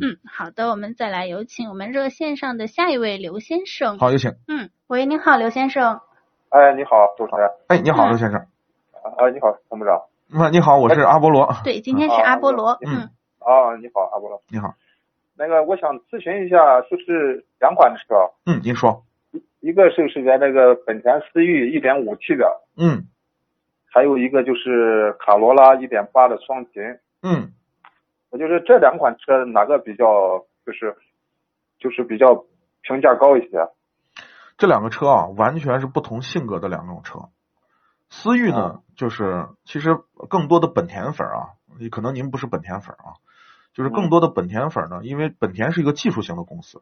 嗯，好的，我们再来有请我们热线上的下一位刘先生。好，有请。嗯，喂，您好，刘先生。哎，你好，主持人。哎，你好，刘先生。啊，你好，参谋长。那你好，我是阿波罗。 对，今天是阿波罗。嗯。啊，你好，阿波罗。你好。那个，我想咨询一下，就是两款车。啊嗯，您说。一个是是咱那个本田思域 1.5T 的。嗯。还有一个就是卡罗拉1.8的双擎。嗯。我就是这两款车哪个比较就是就是比较评价高一些？啊这两个车啊，完全是不同性格的两种车。思域呢，就是其实更多的本田粉啊，可能您不是本田粉啊，就是更多的本田粉呢，因为本田是一个技术型的公司，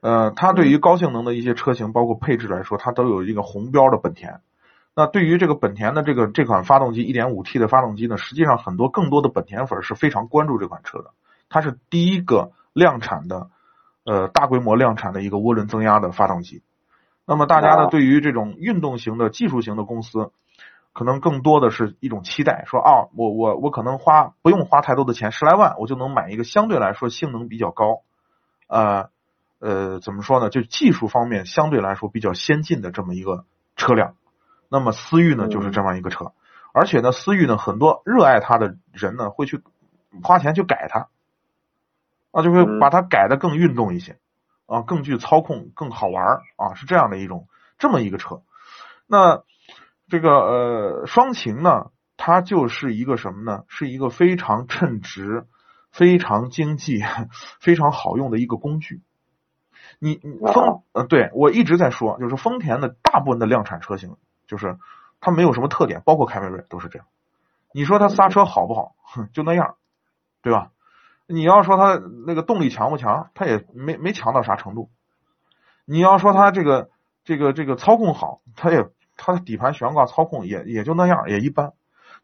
呃，它对于高性能的一些车型，包括配置来说，它都有一个红标的本田。那对于这个本田的这个这款发动机 1.5T 的发动机呢，实际上很多更多的本田粉是非常关注这款车的。它是第一个量产的，呃，大规模量产的一个涡轮增压的发动机。那么大家呢，对于这种运动型的技术型的公司，可能更多的是一种期待，说啊，我我我可能花不用花太多的钱，十来万我就能买一个相对来说性能比较高，呃呃，怎么说呢？就技术方面相对来说比较先进的这么一个车辆。那么思域呢，就是这么一个车，而且呢，思域呢，很多热爱它的人呢，会去花钱去改它，啊，就会把它改的更运动一些，啊，更具操控，更好玩儿啊，是这样的一种这么一个车。那这个呃双擎呢，它就是一个什么呢？是一个非常称职、非常经济、 非常好用的一个工具。你你丰呃，对我一直在说，就是丰田的大部分的量产车型。就是它没有什么特点，包括凯美瑞都是这样。你说它刹车好不好？就那样，对吧？你要说它那个动力强不强，它也没没强到啥程度。你要说它这个这个这个操控好，它也它的底盘悬挂操控也也就那样，也一般。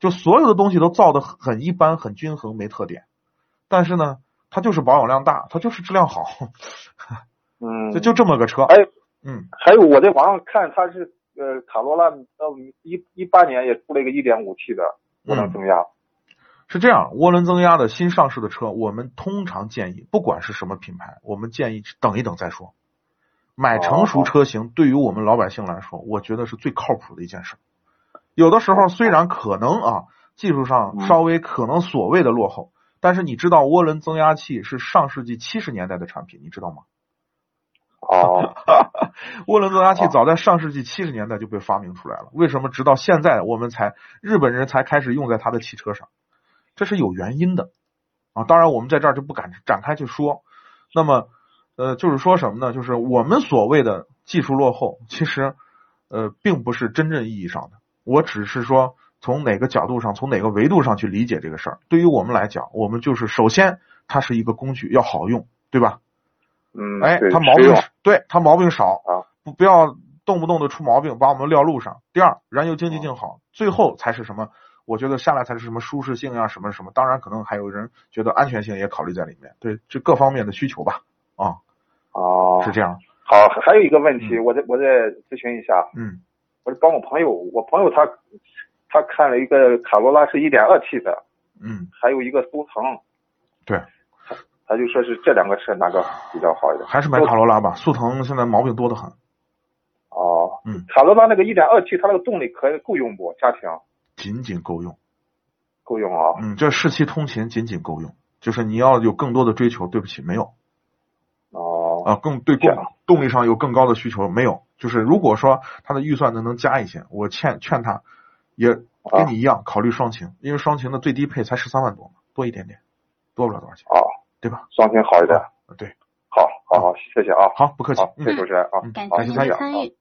就所有的东西都造的很一般，很均衡，没特点。但是呢，它就是保有量大，它就是质量好。 嗯，就就这么个车。还有，嗯，还有我在网上看它是。呃，卡罗拉到一一八年也出了一个一点五 T 的涡轮增压、嗯，是这样，涡轮增压的新上市的车，我们通常建议，不管是什么品牌，我们建议等一等再说。买成熟车型，对于我们老百姓来说，我觉得是最靠谱的一件事。有的时候虽然可能啊，技术上稍微可能所谓的落后，但是你知道涡轮增压器是上世纪七十年代的产品，你知道吗？ 哦，涡轮增压器早在上世纪七十年代就被发明出来了，为什么直到现在我们才日本人才开始用在他的汽车上？这是有原因的啊！当然我们在这儿就不敢展开去说。那么，呃，就是说什么呢？就是我们所谓的技术落后，其实呃，并不是真正意义上的。我只是说从哪个角度上，从哪个维度上去理解这个事儿。对于我们来讲，我们就是首先它是一个工具，要好用，对吧？嗯，哎，它毛病对它毛病少啊，不不要动不动的出毛病，把我们撂路上。第二，燃油经济性好，最后才是什么？我觉得下来才是什么舒适性啊，什么什么。当然，可能还有人觉得安全性也考虑在里面，对这各方面的需求吧。啊，哦，是这样。好，还有一个问题，嗯、我再我再咨询一下。嗯，我帮我朋友，我朋友他他看了一个卡罗拉是一点二 T 的，嗯，还有一个速腾，对。他就说是这两个车哪个比较好一点？还是买卡罗拉吧，速腾现在毛病多得很。哦，嗯，卡罗拉那个 1.2T，它那个动力可够用不？家庭仅仅够用，够用啊。嗯，这适期通勤仅仅够用，就是你要有更多的追求，对不起，没有。哦。啊，更对动动力上有更高的需求没有？就是如果说他的预算能能加一些，我劝劝他也跟你一样、啊、考虑双擎，因为双擎的最低配才十三万多嘛，多一点点，多不了多少钱。哦。对吧？双擎好一点，对，好，好好，谢谢啊，好，不客气，嗯谢谢主持人啊，嗯感谢您的参与。